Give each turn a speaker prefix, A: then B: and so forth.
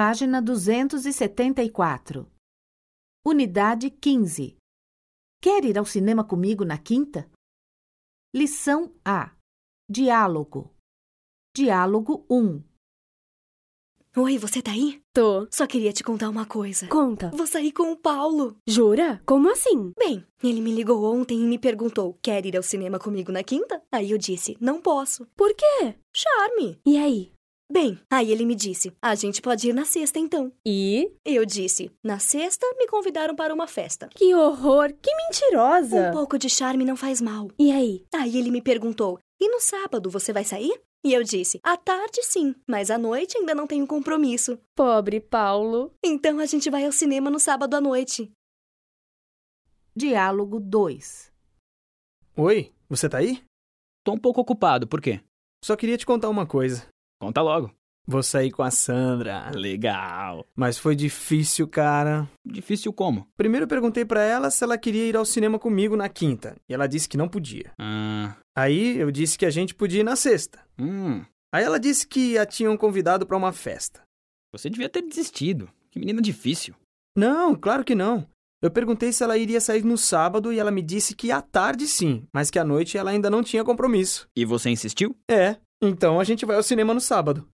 A: Página 274. Unidade 15. Quer ir ao cinema comigo na quinta? Lição A. Diálogo. Diálogo 1.
B: Oi, você tá aí?
C: Tô.
B: Só queria te contar uma coisa.
C: Conta.
B: Vou sair com o Paulo.
C: Jura? Como assim?
B: Bem, ele me ligou ontem e me perguntou: quer ir ao cinema comigo na quinta? Aí eu disse: não posso.
C: Por quê?
B: Charme!
C: E aí?
B: Bem, aí ele me disse: a gente pode ir na sexta então.
C: E?
B: Eu disse: na sexta me convidaram para uma festa.
C: Que horror! Que
B: Um
C: mentirosa!
B: pouco de charme não faz mal.
C: E aí?
B: Aí ele me perguntou: e no sábado você vai sair? E eu disse: à tarde sim, mas à noite ainda não tenho compromisso.
C: Pobre Paulo.
B: Então a gente vai ao cinema no sábado à noite.
A: Diálogo 2.
D: Oi, você tá aí?
E: Tô um pouco ocupado, por quê?
D: Só queria te contar uma coisa.
E: Conta logo. Ah,
D: Vou sair com a Sandra.
E: Legal.
D: Mas foi difícil, cara.
E: Difícil como?
D: Primeiro eu perguntei pra ela se ela queria ir ao cinema comigo na quinta, e ela disse que não podia.
E: Ah,
D: Aí eu disse que a gente podia ir na sexta.
E: hum,
D: Aí ela disse que a tinham convidado pra uma festa.
E: você devia ter desistido. Que menina difícil.
D: Não, claro que não. Eu perguntei se ela iria sair no sábado e ela me disse que à tarde sim, mas que à noite ela ainda não tinha compromisso.
E: E você insistiu?
D: É, então a gente vai ao cinema no sábado.